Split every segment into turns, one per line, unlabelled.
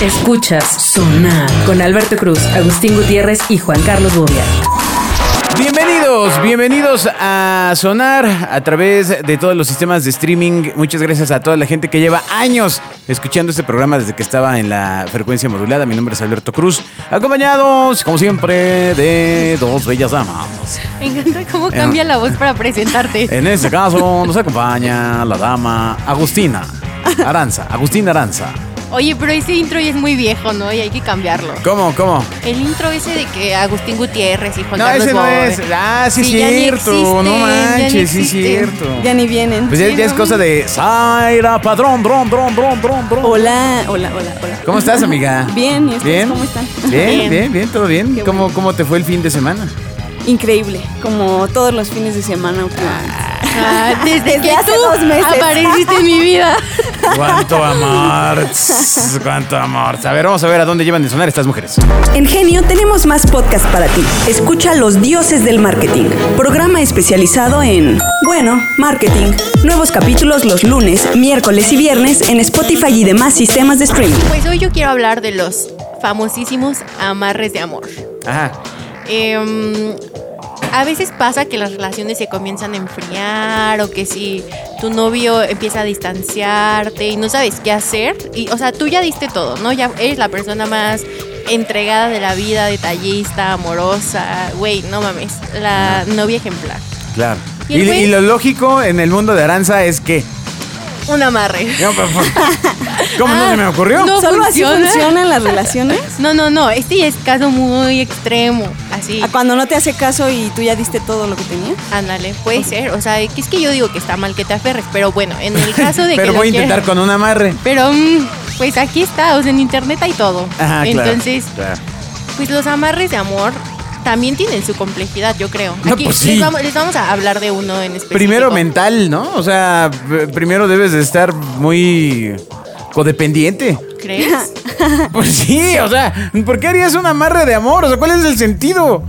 Escuchas Sonar con Alberto Cruz, Agustín Gutiérrez y Juan Carlos Bobia.
Bienvenidos, bienvenidos a Sonar a través de todos los sistemas de streaming. Muchas gracias a toda la gente que lleva años escuchando este programa desde que estaba en la frecuencia modulada. Mi nombre es Alberto Cruz, acompañados, como siempre, de dos bellas damas.
Me encanta cómo
Eh,
cambia la voz para presentarte.
En este caso nos acompaña la dama Agustina Aranza, Agustina Aranza.
Oye, pero ese intro ya es muy viejo, ¿no? Y hay que cambiarlo.
¿Cómo, cómo?
El intro ese de que Agustín Gutiérrez y Juan
No,
Carlos
ese no
Bobbe.
es. Ah, sí, es
Sí, ya ni
cierto.
existen,
no
ya ni
manches, sí, es
existen.
cierto.
Ya ni vienen.
Pues ya, ya es cosa de Zaira Padrón, dron, dron, dron, dron, dron.
Hola, hola, hola, hola.
¿Cómo estás, amiga?
Bien, ¿y ustedes cómo están?
Bien,
Bien.
bien, bien, todo bien.
Qué
¿Cómo, ¿Cómo te fue el fin de semana?
Increíble, como todos los fines de semana. últimamente.
Ah, desde,
Desde
que
hace
tú
dos meses.
apareciste en mi vida.
¡Cuánto amor! ¡Cuánto amor! A ver, vamos a ver a dónde llevan de sonar estas mujeres.
En Genio tenemos más podcast para ti. Escucha Los Dioses del Marketing, programa especializado en, bueno, marketing. Nuevos capítulos los lunes, miércoles y viernes en Spotify y demás sistemas de streaming.
Pues hoy yo quiero hablar de los famosísimos amarres de amor.
Ajá.
Em, a veces pasa que las relaciones se comienzan a enfriar o que si tu novio empieza a distanciarte y no sabes qué hacer. Y, o sea, tú ya diste todo, ¿no? Ya eres la persona más entregada de la vida, detallista, amorosa. Güey, no mames, la novia ejemplar.
Claro.
¿Y el
Y,
güey?
y lo lógico en el mundo de Aranza es que.
Un amarre.
No, por favor. ¿Cómo no
Ah,
se me ocurrió?
no.
¿Solo así
funciona?
funcionan las relaciones?
No, no, no, este ya es caso muy extremo. Así.
A cuando no te hace caso y tú ya diste todo lo que tenías.
Ándale, puede ser. O sea, es que yo digo que está mal que te aferres, pero bueno, en el caso de que.
Pero
lo
voy a intentar
quieras-
con un amarre.
Pero mm, pues aquí está, o sea, en internet hay todo.
Ajá, Ah, claro,
Entonces,
claro.
pues los amarres de amor también tienen su complejidad, yo creo.
No,
Aquí
pues sí.
les, vamos, les vamos a hablar de uno en específico.
Primero mental, ¿no? O sea, p- primero debes de estar muy codependiente.
¿Crees?
Pues sí, o sea, ¿por qué harías un amarre de amor? O sea, ¿cuál es el sentido?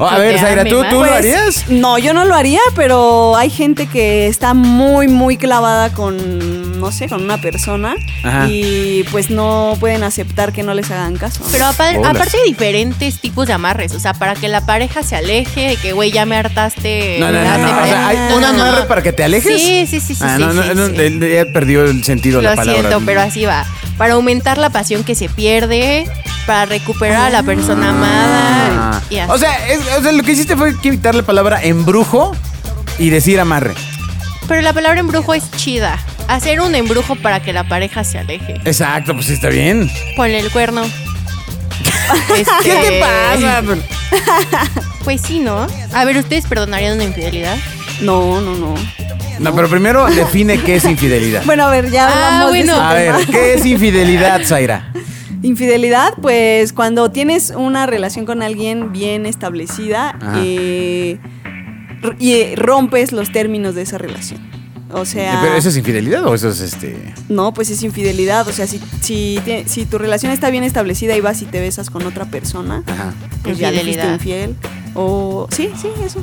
A
Que
ver,
te
Zaira,
ame
¿tú,
más.
tú
Pues,
lo harías?
No, yo no lo haría, pero hay gente que está muy, muy clavada con, no sé, con una persona
Ajá.
y pues no pueden aceptar que no les hagan caso.
Pero apa-
Bolas.
aparte hay diferentes tipos de amarres, o sea, para que la pareja se aleje, de que, güey, ya me hartaste.
No, no, no,
hartaste
no,
para
O sea,
allá.
¿hay
eh, No,
un
no, no.
amarre para que te alejes?
Sí, sí, sí, sí,
Ah,
sí,
no, no,
sí,
no,
sí.
él- ya perdió el sentido la
Lo
palabra.
siento, pero así va. Para aumentar la pasión que se pierde, para recuperar a la persona amada.
Ah.
Y así.
O sea, es- o sea, lo que hiciste fue quitar la palabra embrujo y decir amarre.
Pero la palabra embrujo es chida. Hacer un embrujo para que la pareja se aleje.
Exacto, pues sí está bien.
Ponle el cuerno.
¿Qué
Este,
te pasa?
Pues sí, ¿no? A ver, ¿ustedes perdonarían una infidelidad?
No, no, no.
No, pero primero define qué es infidelidad.
Bueno, a ver, ya
Ah,
hablamos de
bueno.
ese
A
tema.
ver, ¿qué es infidelidad, Zaira?
Infidelidad, pues cuando tienes una relación con alguien bien establecida
Ajá.
eh, r- y eh, rompes los términos de esa relación. O sea,
Eh, ¿Pero eso es infidelidad o eso es este...?
no, pues es infidelidad. O sea, si, si, te- si tu relación está bien establecida y vas y te besas con otra persona,
Ajá.
pues ya le fuiste infiel. O sí, sí, eso.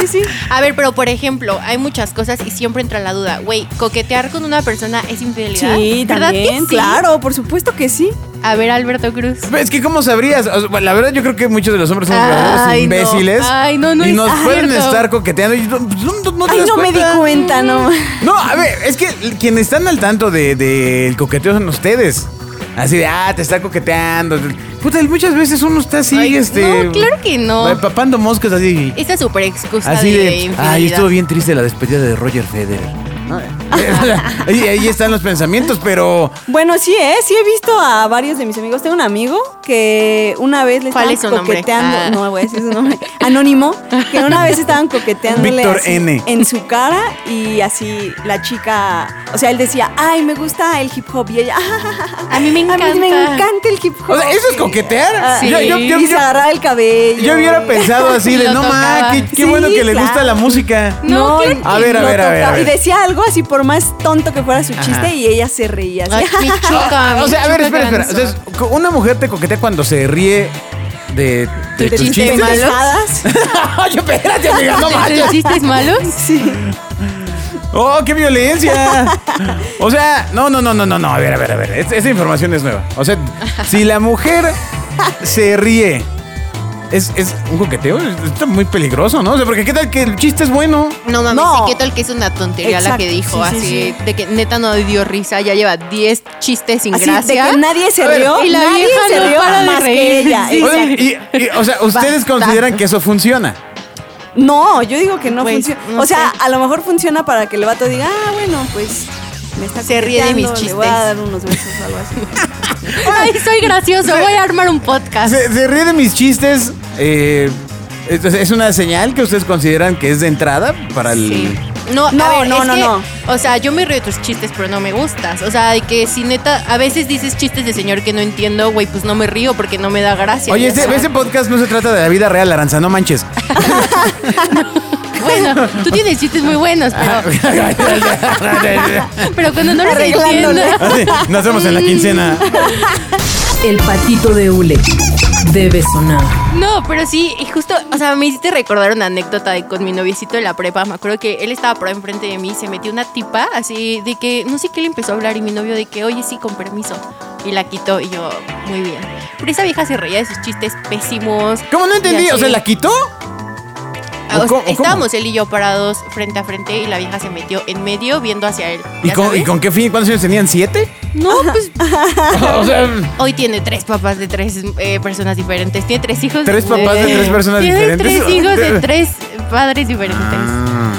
sí, sí.
A ver, pero por ejemplo, hay muchas cosas y siempre entra la duda. Güey, ¿coquetear con una persona es infidelidad?
Sí,
¿Verdad que
también,
sí?
claro, por supuesto que sí.
A ver, Alberto Cruz.
Pero Es que ¿cómo sabrías? O sea, bueno, la verdad yo creo que muchos de los hombres son verdaderos
Ay, no.
imbéciles.
Ay, no, no
y
es
nos pueden
cierto.
estar coqueteando. Y no, pues, no- no te
Ay,
das
no me di
cuenta.
cuenta, no.
No, a ver, es que quienes están al tanto del de, del coqueteo son ustedes. Así de, ah, te está coqueteando. Puta, y muchas veces uno está así,
Ay,
este...
no, claro que no.
Papando moscas así.
Esta súper excusa
Así
de,
de,
infidelidad.
ay, estuvo bien triste la despedida de Roger Federer. Ahí, ahí están los pensamientos, pero...
Bueno, sí, ¿eh? Sí he visto a varios de mis amigos. Tengo un amigo que una vez le
¿Cuál
estaban
es su nombre?
coqueteando.
Ah.
No, voy a decir su nombre. Anónimo. Que una vez estaban coqueteándole
Víctor
así
N.
en su cara y así la chica. O sea, él decía, ay, me gusta el hip hop. Y ella, "Ah,
A mí me
a mí me
encanta".
encanta el hip hop. Ah,
O sea, ¿eso es coquetear?
Sí.
Yo- yo- yo-
y se
yo-
agarraba el cabello.
Yo hubiera pensado así de,
Lo
no ma,
tocaba.
qué, qué
Sí,
bueno que le
claro.
gusta la música.
No,
y-
claro que
A ver, a
lo
ver, a ver, a
tocaba. Y
ver.
decía algo así, por más tonto que fuera su chiste, y ella se reía. así.
Ay, mi chuca,
O
mi
sea, a ver,
chuca
espera, espera. O
ganso.
sea, es- una mujer te coquetea cuando se ríe de, de
¿De
tus
chistes
chistes.
malos?
Oye, espérate, amiga, no
¿De los
manches.
chistes malos?
Sí.
¡Oh, qué violencia! O sea, no, no, no, no, no, no. A ver, a ver, a ver. Es- esa información es nueva. O sea, si la mujer se ríe, ¿es, es un coqueteo? Está muy peligroso, ¿no? O sea, porque qué tal que el chiste es bueno.
No mames,
No.
sí, ¿qué tal que es una tontería la
Exacto,
que dijo?
sí, sí,
así, de que neta no dio risa, ya lleva 10 chistes sin
Así
gracia.
de que nadie se
A ver,
rió,
y la
nadie
vieja
se
no
rió
para de
más que
reír.
ella.
Sí.
O sea, y- y- o sea, ¿ustedes
Basta.
consideran que eso funciona?
No, yo digo que no
Pues,
funciona.
no
o sea,
sé.
a lo mejor funciona para que el vato diga, ah, bueno, pues me está
Se ríe de mis
coqueteando, Le voy a
chistes.
dar unos besos o algo así.
Ay, soy gracioso, voy a armar un podcast.
¿Se, se ríe de mis chistes? eh, ¿es- ¿Es una señal que ustedes consideran que es de entrada para el...?
Sí. No,
No,
a ver,
no,
es
no,
que,
no.
O sea, yo me río de tus chistes, pero no me gustas. O sea, de que si neta, a veces dices chistes de señor que no entiendo, güey, pues no me río porque no me da gracia.
Oye,
ya
este,
sabes.
este podcast no se trata de la vida real, Aranza, no manches.
Bueno, tú tienes chistes muy buenos,
Ah,
pero, pero cuando no los
Arreglándole.
entiendo.
Así, Ah, nos vemos en la quincena.
El patito de hule debe sonar.
No, pero sí, y justo, o sea, me hiciste recordar una anécdota de con mi noviecito de la prepa. Me acuerdo que él estaba por ahí enfrente de mí, se metió una tipa así de que no sé qué le empezó a hablar y mi novio de que, oye, sí, con permiso. Y la quitó y yo, muy bien. Pero esa vieja se reía de sus chistes pésimos.
¿Cómo no entendí?
Y
¿O
así.
sea, la quitó? ¿O
Ah, o sea,
cómo- o cómo?
estábamos él y yo parados frente a frente y la vieja se metió en medio viendo hacia él.
¿Y
¿ya
con,
sabes?
y con qué fin? ¿Cuántos años tenían? ¿Siete?
No, pues
O sea,
hoy tiene tres papás de tres eh, personas diferentes. Tiene tres hijos.
¿Tres papás de tres personas
Tiene
diferentes?
tres hijos de tres padres diferentes.
Ah,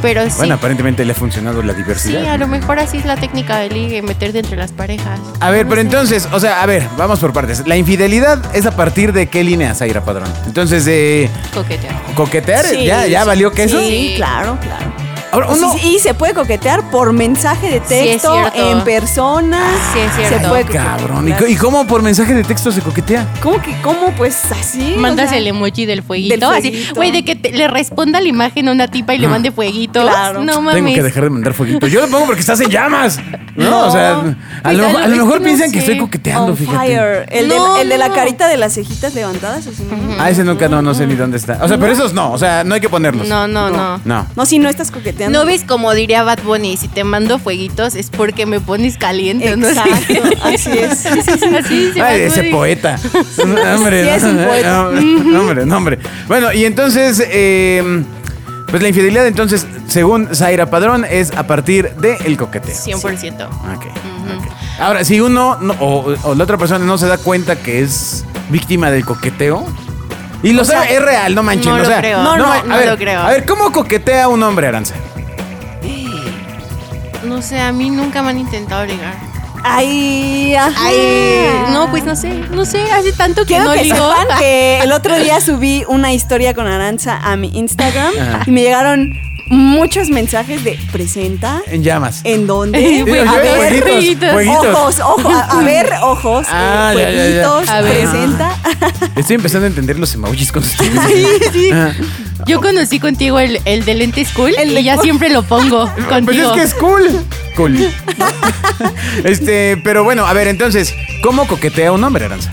Pero sí.
Bueno, aparentemente le ha funcionado la
Sí,
diversidad.
a lo mejor así es la técnica de ligue, meterte entre las parejas.
A ver, pero entonces, o sea, a ver, vamos por partes. La infidelidad es a partir de qué línea, Zaira Padrón. Entonces, de
Coquetear.
coquetear,
Sí,
ya, ya
sí,
valió
Sí,
queso.
Sí.
claro, claro.
Ahora, uno,
Sí, sí, y se puede coquetear por mensaje de
Sí, es
texto,
cierto.
en persona.
Sí, es
Se
cierto.
puede coquetear.
cabrón. ¿Y, co- y cómo por mensaje de texto se coquetea?
¿Cómo que cómo? Pues así. o
Mandas
sea,
el emoji del fueguito,
del
así,
fueguito.
güey, de que te- le responda la imagen a una tipa y le mande fueguito.
Claro.
No
Ah, Tengo que
mames.
dejar de mandar fueguitos. Yo lo pongo porque estás en llamas. No, o sea, a
Pues,
lo,
a lo-
a lo
es
mejor
que no
piensan que
sé.
estoy coqueteando,
on
fíjate.
fire. El, de-
No,
el de, la
no.
carita de las cejitas levantadas. así, ¿no?
Ah, ese nunca, no, no sé ni dónde está. O sea, pero esos no, o sea, no hay que ponerlos.
No, no, no.
No.
No, si no estás coqueteando.
No ves como diría Bad Bunny, si te mando fueguitos es porque me pones caliente, ¿no?
Exacto, así es. Sí, sí, sí.
Así dice
Ay,
Bad
ese
Bunny.
poeta. No, hombre,
Sí, es
no,
un poeta.
no, hombre, no, hombre. Bueno, y entonces, eh, pues la infidelidad, entonces, según Zaira Padrón, es a partir del coqueteo.
100%.
Ok, ok. Ahora, si uno no- o, o la otra persona no se da cuenta que es víctima del coqueteo. Y lo sabe, es real, no manches.
no
o
lo
sea,
creo.
No, no,
ma- a
no
ver,
lo creo.
A ver, ¿cómo coquetea un hombre, Aranza?
No sé, a mí nunca me han intentado ligar.
Ay, ajá.
No, pues no sé, no sé, hace tanto que
Quiero
no
que
ligo.
sepan que el otro día subí una historia con Aranza a mi Instagram
Ajá.
y me llegaron muchos mensajes de presenta,
En llamas.
en
Sí,
dónde,
Eh, güey,
a
oye,
ver,
jueguitos,
ruiditos.
jueguitos.
ojos, ojos, a, a ver, ojos,
Ah,
eh,
ya, ya, ya.
jueguitos,
A ver.
presenta.
Estoy empezando a entender los emojis con sus Ah.
Yo conocí contigo el, el de lente school
El de
y ya
cu-
siempre lo pongo
Pues es
contigo.
que es cool. Cool. este, pero bueno, a ver, entonces, ¿cómo coquetea un hombre, Aranza?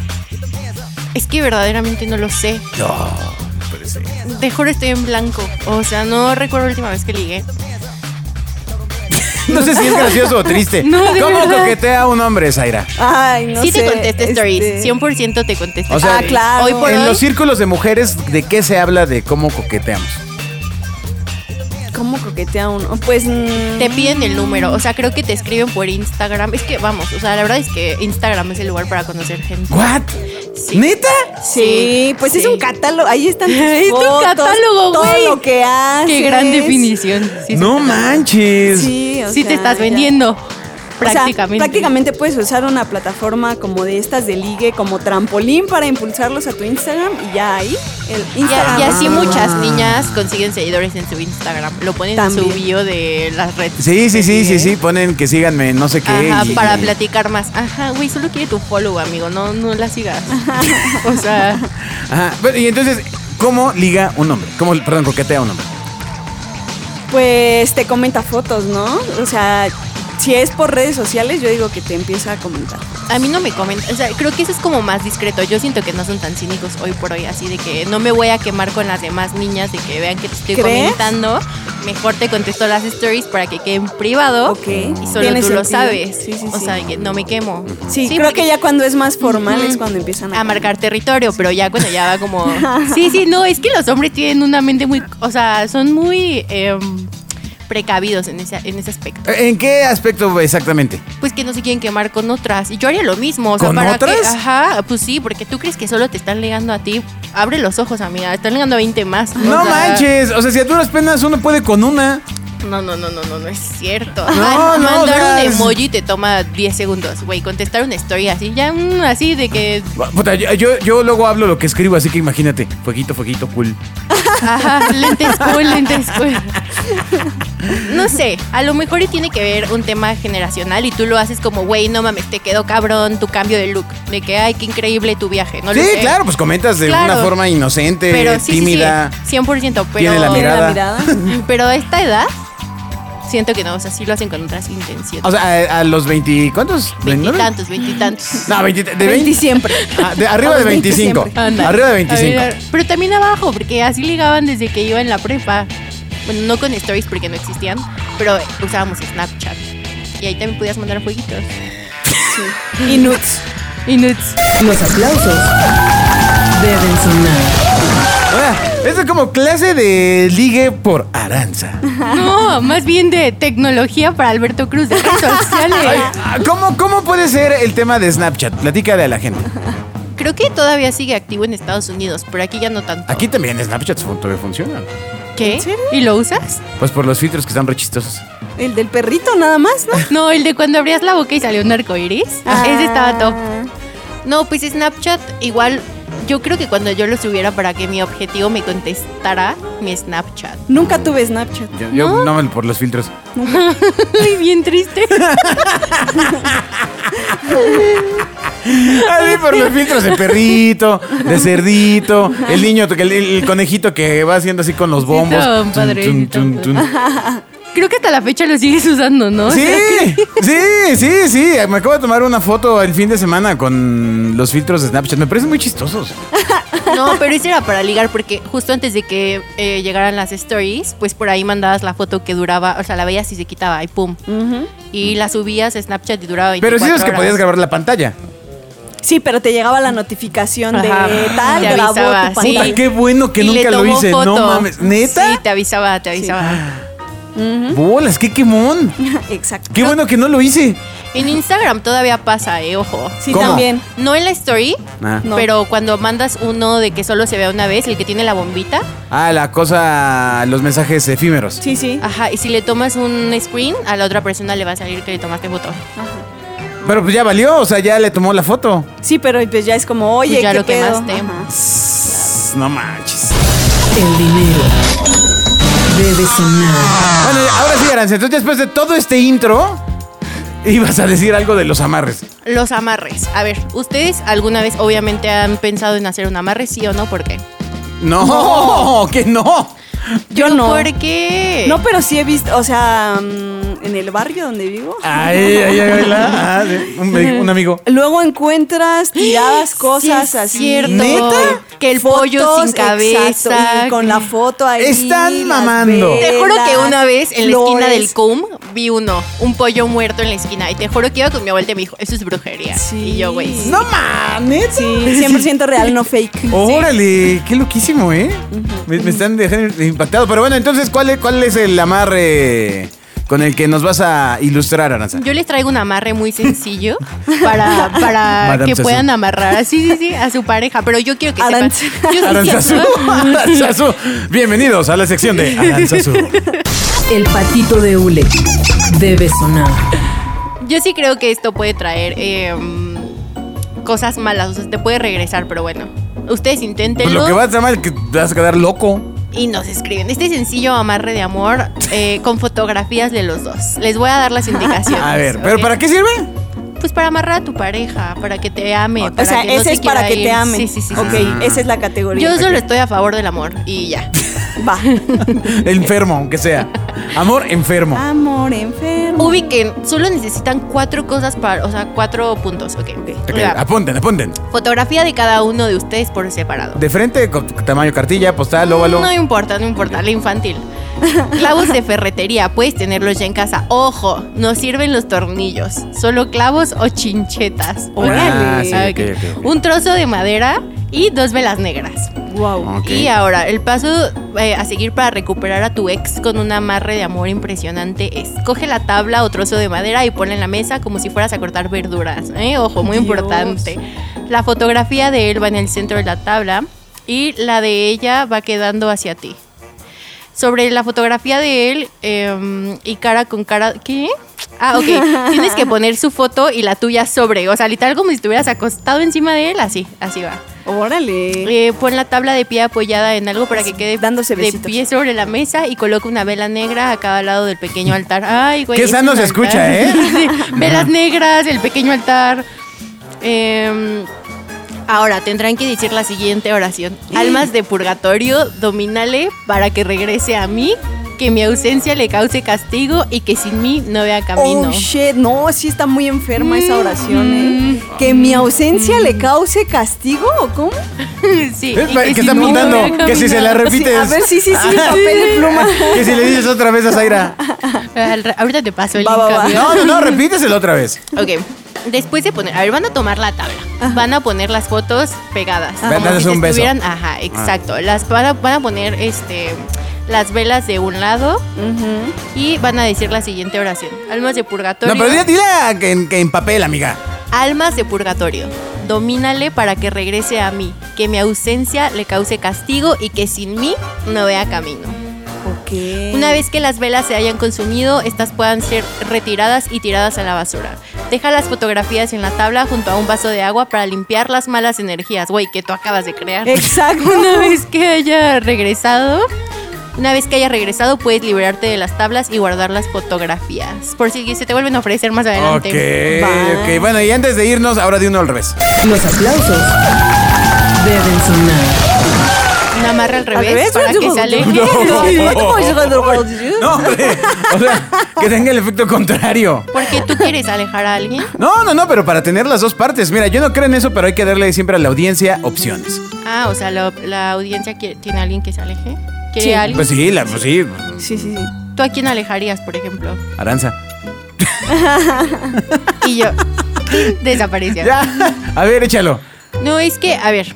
Es que verdaderamente no lo sé.
No, puede ser.
Te juro estoy en blanco. O sea, no recuerdo la última vez que ligué.
No sé si es gracioso o triste.
No, de
¿Cómo
verdad.
coquetea un hombre, Zaira?
Ay, no
sí
sé.
te contesté
este,
stories, 100% te contesté.
O sea,
Ah, claro.
Hoy por
en
hoy,
los círculos de mujeres, ¿de qué se habla de cómo coqueteamos?
¿Cómo coquetea uno? Pues mm,
te piden el número. O sea, creo que te escriben por Instagram. Es que vamos, o sea, la verdad es que Instagram es el lugar para conocer gente.
¿What?
Sí.
¿Neta?
Sí, pues es
Sí.
un catálogo. Ahí están tus
Es un
fotos,
catálogo, güey.
Todo lo que haces.
Qué gran definición. Sí,
no
sí.
manches.
Sí, o
Sí
sea,
te estás
ya.
vendiendo.
O sea,
Prácticamente.
prácticamente puedes usar una plataforma como de estas de ligue, como trampolín para impulsarlos a tu Instagram y ya ahí el
Y, a-
Instagram. Ah.
y así muchas niñas consiguen seguidores en su Instagram. Lo ponen en
También.
su bio de las redes.
Sí, sí, sí, sí, sí, ponen que síganme, no sé qué.
Ajá,
y-
para platicar más. Ajá, güey, solo quiere tu follow, amigo. No, no la sigas. o sea,
Ajá. Bueno, y entonces, ¿cómo liga un hombre? ¿Cómo, perdón, coquetea un hombre?
Pues te comenta fotos, ¿no? O sea, si es por redes sociales, yo digo que te empieza a comentar.
A mí no me comentan, o sea, creo que eso es como más discreto. Yo siento que no son tan cínicos hoy por hoy, así de que no me voy a quemar con las demás niñas de que vean que te estoy
¿Crees?
comentando. Mejor te contesto las stories para que quede en privado.
Ok.
Y solo
Tiene
tú lo
sentido.
sabes.
Sí, sí,
o
sí.
sea, que no me quemo.
Sí, creo
porque-
que ya cuando es más formal
Ujú.
es cuando empiezan a,
a marcar territorio, pero ya cuando ya va como... Sí, sí, no, es que los hombres tienen una mente muy... O sea, son muy em, precavidos en ese, en ese aspecto.
¿En qué aspecto exactamente?
Pues que no se quieren quemar con otras. Y yo haría lo mismo. O sea,
¿Con
¿para qué?
otras?
Ajá, pues sí, porque tú crees que solo te están ligando a ti. Abre los ojos, amiga. Están ligando a 20 más. O
No
sea,
manches, o sea, si a duras penas uno puede con una.
No, no, no, no, no, no es cierto.
No,
Ah,
no,
Mandar
o sea,
un
es-
emoji te toma 10 segundos, güey. Contestar una story así, ya mm, así de que...
Puta, yo, yo- yo luego hablo lo que escribo, así que imagínate. Fueguito, fueguito, cool.
Ajá, lentes cool, lentes cool. No sé, a lo mejor y tiene que ver un tema generacional y tú lo haces como, güey, no mames, te quedó cabrón tu cambio de look. De que, ay, qué increíble tu viaje. No lo
sí,
sé.
claro, pues comentas de
Claro.
una forma inocente,
Pero sí,
tímida.
sí, sí, 100%. Pero,
Tiene la
Tiene
mirada.
la mirada.
pero a esta edad, siento que no, o sea, sí lo hacen con otras intenciones.
O sea, a, a los 20, ¿cuántos? ¿29?
veintitantos, veintitantos.
No, 20, de
20
20.
siempre.
Ah, de arriba
A
de
los 20
25.
siempre.
Ándale.
Arriba de
A
25.
ver, pero también abajo, porque así ligaban desde que iba en la prepa. Bueno, no con stories porque no existían, pero usábamos Snapchat. Y ahí también podías mandar fueguitos.
Y nuts.
Y nuts.
Los aplausos deben sonar.
Ah, esto es como clase de ligue por aranza.
No, más bien de tecnología para Alberto Cruz, de redes
Ay,
sociales.
ah, ¿Cómo, ¿Cómo puede ser el tema de Snapchat? Platícale a la gente.
Creo que todavía sigue activo en Estados Unidos, pero aquí ya no tanto.
Aquí también Snapchat fun- todavía funciona.
¿Qué? ¿Y lo usas?
Pues por los filtros que están re chistosos.
El del perrito nada más, ¿no?
No, el de cuando abrías la boca y salió un arco iris.
Ah.
Ah, Ese estaba top. No, pues Snapchat igual. Yo creo que cuando yo lo subiera para que mi objetivo me contestara mi Snapchat.
Nunca tuve Snapchat.
Yo, yo no, por los filtros.
Ay, bien triste.
A mí Ah, por los filtros de perrito, de cerdito, el niño, el, el conejito que va haciendo así con los bombos.
tan
Tun, tun, tun, tun.
Creo que hasta la fecha lo sigues usando, ¿no?
Sí, sí, sí, sí. Me acabo de tomar una foto el fin de semana con los filtros de Snapchat. Me parecen muy chistosos.
No, pero eso era para ligar porque justo antes de que eh, llegaran las stories, pues por ahí mandabas la foto que duraba, o sea, la veías y se quitaba y pum. Y la subías a Snapchat y duraba
Pero
24
sí sabes que
horas.
podías grabar la pantalla.
Sí, pero te llegaba la notificación
Ajá.
de tal
Te
grabó
avisaba,
tu
sí.
pantalla.
Puta, Ah, qué bueno que
Y le
nunca lo
tomó
hice. No
foto.
mames. ¿Neta?
Sí, te avisaba, te avisaba.
Bolas, qué quemón.
Exacto.
Qué bueno que no lo hice.
En Instagram todavía pasa, eh, ojo.
Sí,
¿Cómo?
también.
No en la story,
Ah.
No.
pero cuando mandas uno de que solo se vea una vez, el que tiene la bombita,
Ah, la cosa, los mensajes efímeros.
Sí, sí.
ajá, y si le tomas un screen, a la otra persona le va a salir que le tomaste foto.
Pero pues ya valió, o sea, ya le tomó la foto.
Sí, pero pues ya es como, oye,
Pues ya
¿qué
lo
pedo?
quemaste.
Ajá.
No manches.
El dinero debe sonar.
Bueno, ya- ahora sí, Aranza, entonces después de todo este intro, ibas a decir algo de los amarres.
Los amarres. A ver, ¿ustedes alguna vez obviamente han pensado en hacer un amarre, sí o no? ¿Por qué?
No, que no.
Yo no.
¿Por qué?
No, pero sí he visto, o sea, mm, en el barrio donde vivo.
Ay, ay, ay, ay, la- ah, sí, un, un amigo.
Luego encuentras tiradas cosas
es
así.
cierto.
¿Neta?
Que el pollo sin cabeza,
exacto, y con la foto ahí.
Están
las
mamando.
Te juro que
velas,
una vez en la esquina
flores.
del CUM vi uno, un pollo muerto en la esquina. Y te juro que iba con mi abuela y me dijo, eso es brujería.
Sí.
Y yo, güey. sí.
No mames.
Sí, 100% real, no fake.
Órale, qué loquísimo, ¿eh? me, me están dejando impactado. Pero bueno, entonces, ¿cuál es, cuál es el amarre con el que nos vas a ilustrar, Aranza?
Yo les traigo un amarre muy sencillo para, para
Madame
que
Sassou.
puedan amarrar así, sí, sí, a su pareja. Pero yo quiero que sepan.
Aranza-
Yo sí
Aranzazú,
siento-
Aranzazú. Bienvenidos a la sección de Aranzazú.
El patito de hule debe sonar.
Yo sí creo que esto puede traer eh, mm, cosas malas, o sea, te puede regresar, pero bueno. Ustedes
Pues
inténtenlo
lo que va a estar mal es que te vas a quedar loco.
y nos escriben. Este sencillo amarre de amor eh, con fotografías de los dos. Les voy a dar las indicaciones.
A ver, ¿pero
¿ok?
para qué sirve?
Pues para amarrar a tu pareja, para que te ame.
O
para
sea,
que no
ese
se
es para
quiera
que
ir.
te amen.
Sí, sí, sí. sí,
Ok,
sí.
esa es la categoría.
Yo solo estoy a favor del amor y ya.
Va.
Enfermo, aunque sea. Amor enfermo.
Amor enfermo.
ubiquen, solo necesitan cuatro cosas para, o sea, cuatro puntos, ok.
Ok,
Mira,
apunten, apunten.
fotografía de cada uno de ustedes por separado.
De frente, co- tamaño cartilla, postal, óvalo.
No importa, no importa, la infantil. Clavos de ferretería, puedes tenerlos ya en casa. Ojo, no sirven los tornillos, solo clavos o chinchetas.
Ah, sí,
Ah,
ok,
ok.
ok, ok.
Un trozo de madera y dos velas negras.
Wow.
Ok.
Y ahora, el paso eh, a seguir para recuperar a tu ex con un amarre de amor impresionante es coge la tabla o trozo de madera y ponla en la mesa como si fueras a cortar verduras. ¿eh? Ojo, muy
Dios.
importante. La fotografía de él va en el centro de la tabla y la de ella va quedando hacia ti. Sobre la fotografía de él em, y cara con cara... ¿Qué? Ah, ok. Tienes que poner su foto y la tuya sobre. O sea, literal como si estuvieras acostado encima de él. Así, así va.
Órale.
Eh, pon la tabla de pie apoyada en algo para que quede
Dándose
de
besitos.
pie sobre la mesa y coloca una vela negra a cada lado del pequeño altar. Ay, güey.
Qué
es
sano
un
se
altar.
escucha, ¿eh?
Sí, Velas negras, el pequeño altar. Em, ahora tendrán que decir la siguiente oración: Almas de purgatorio, domínale para que regrese a mí, que mi ausencia le cause castigo y que sin mí no vea camino.
Oh shit, no, Mm, sí está muy enferma esa oración, ¿eh? Que mi ausencia le cause castigo o cómo?
sí,
Eh,
y
¿Qué
sin
está
mí no vea
apuntando? Que si se la
camino.
Sí, a
repites.
ver, sí, sí, sí, papel y pluma.
Que si le dices otra vez a Zaira.
Al re- Ahorita te paso el
Va, va,
link,
va.
amigo.
No, no, no, repíteselo otra vez.
Ok. Después de poner, a ver, van a tomar la tabla. Van a poner las fotos pegadas.
Van a
como
darles
si
un beso. Ah.
estuvieran- ajá, exacto. Las van a, van a poner este las velas de un lado y van a decir la siguiente oración. Almas de purgatorio.
No, pero dile, dile a que, en, que en papel, amiga.
Almas de purgatorio. Domínale para que regrese a mí, que mi ausencia le cause castigo y que sin mí no vea camino.
Ok.
Una vez que las velas se hayan consumido, estas puedan ser retiradas y tiradas a la basura. Deja las fotografías en la tabla junto a un vaso de agua para limpiar las malas energías, güey, que tú acabas de crear.
Eh. Exacto.
Una vez que haya regresado, una vez que haya regresado, puedes liberarte de las tablas y guardar las fotografías. Por si se te vuelven a ofrecer más
Ok,
adelante.
ok. Bueno, y antes de irnos, ahora de uno al revés.
Los aplausos deben sonar.
Una amarra al revés,
revés?
para que se aleje.
¿Cómo es?
No, hombre. O sea, que tenga el efecto contrario.
Porque tú quieres alejar a alguien.
No, no, no, pero para tener las dos partes. Mira, yo no creo en eso, pero hay que darle siempre a la audiencia opciones.
Ah, o sea, la, la audiencia quiere- tiene a alguien que se aleje. ¿Quiere
Sí.
a alguien?
Pues sí, la, pues sí,
Sí, sí, sí.
¿Tú a quién alejarías, por ejemplo?
Aranza.
Y yo desaparecía.
Ya, a ver, échalo.
No, es que, a ver,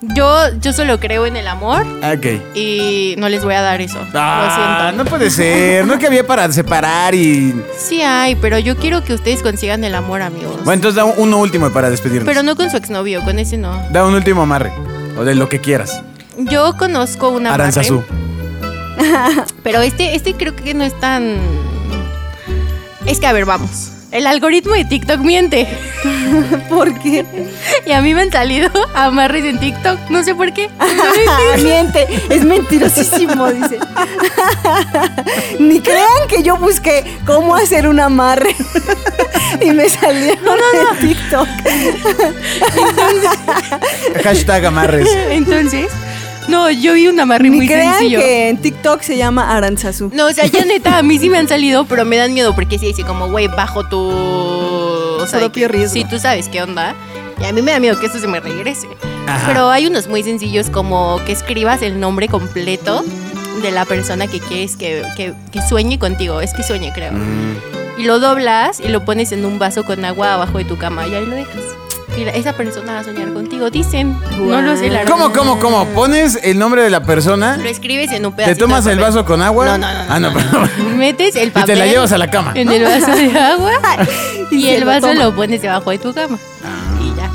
yo, yo solo creo en el amor
Ok.
y no les voy a dar eso.
Ah,
lo
no
siento.
puede ser. No que había para separar y.
Sí hay, pero yo quiero que ustedes consigan el amor, amigos.
Bueno, entonces da un- uno último para despedirnos.
Pero no con su exnovio, con ese no.
Da un último amarre. O de lo que quieras.
Yo conozco una
Aranzazú.
Pero este, este creo que no es tan. Es que, a ver, vamos. El algoritmo de TikTok miente.
¿Por qué?
Y a mí me han salido amarres en TikTok. No sé por qué.
Ah, Miente, es mentirosísimo, dice. Ni crean que yo busqué cómo hacer un amarre y me salieron en TikTok.
Hashtag amarres.
Entonces, no, yo vi un amarre
Ni
muy
crean
sencillo.
que en TikTok se llama Aranzazú.
No, o sea, ya neta, a mí sí me han salido, pero me dan miedo porque sí dice como, güey, bajo tu. O sea, de
Propio
que-
riesgo.
Sí, tú sabes qué onda. Y a mí me da miedo que esto se me regrese. Pero hay unos muy sencillos como que escribas el nombre completo de la persona que quieres que, que- que sueñe contigo. Es que sueñe, creo.
Mm.
Y lo doblas y lo pones en un vaso con agua abajo de tu cama y ahí lo dejas. Y la- esa persona va a soñar contigo, dicen. No lo sé, la verdad.
¿Cómo, cómo, cómo? Pones el nombre de la persona,
Lo escribes en un
te
pedacito.
tomas
de
el
papel.
vaso con agua.
No, no, no.
Ah, no, perdón.
Metes el
Y
papel.
te la llevas a la cama.
En el vaso de agua. y
se
el
lo
vaso
toma. Ah.
lo pones debajo de tu cama. Y ya.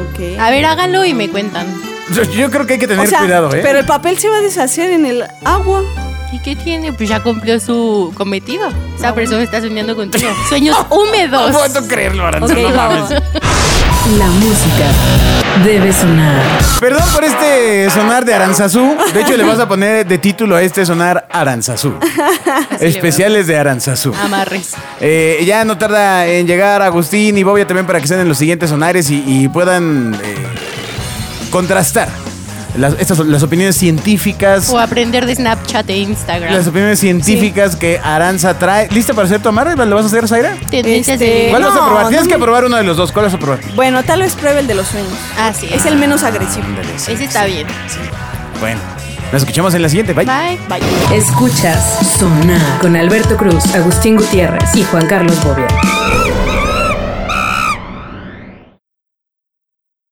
Ok.
A ver, háganlo y me cuentan.
Yo- Yo creo que hay que
O
tener
sea,
cuidado, ¿eh?
pero el papel se va a deshacer en el agua.
¿Y qué tiene? Pues ya cumplió su cometido.
Ah,
Esa persona está soñando contigo. Sueños húmedos.
No puedo creerlo, Aranza,
Ok,
no
va,
mames.
va.
La música debe sonar.
Perdón por este sonar de Aranzazú. De hecho, le vas a poner de título a este sonar Aranzazú.
Así le va.
Especiales de Aranzazú.
Amarres.
Eh, ya no tarda en llegar Agustín y Bobia también para que estén en los siguientes sonares y, y puedan eh, contrastar Las, estas son las opiniones científicas.
O aprender de Snapchat e Instagram.
Las opiniones científicas que Aranza trae. ¿Lista para hacer tu amarre? ¿Lo vas a hacer, Zaira?
Tendencias
Este,
de-
¿Cuál vas a
no,
probar?
no
Tienes que
me-
probar uno de los dos. ¿Cuál vas a probar?
Bueno, tal vez pruebe el de los sueños.
Ah, sí.
Es el menos agresivo.
Ese está bien.
Bueno, nos escuchamos en la siguiente. Bye.
Bye.
Escuchas Sonar con Alberto Cruz, Agustín Gutiérrez y Juan Carlos Bobia.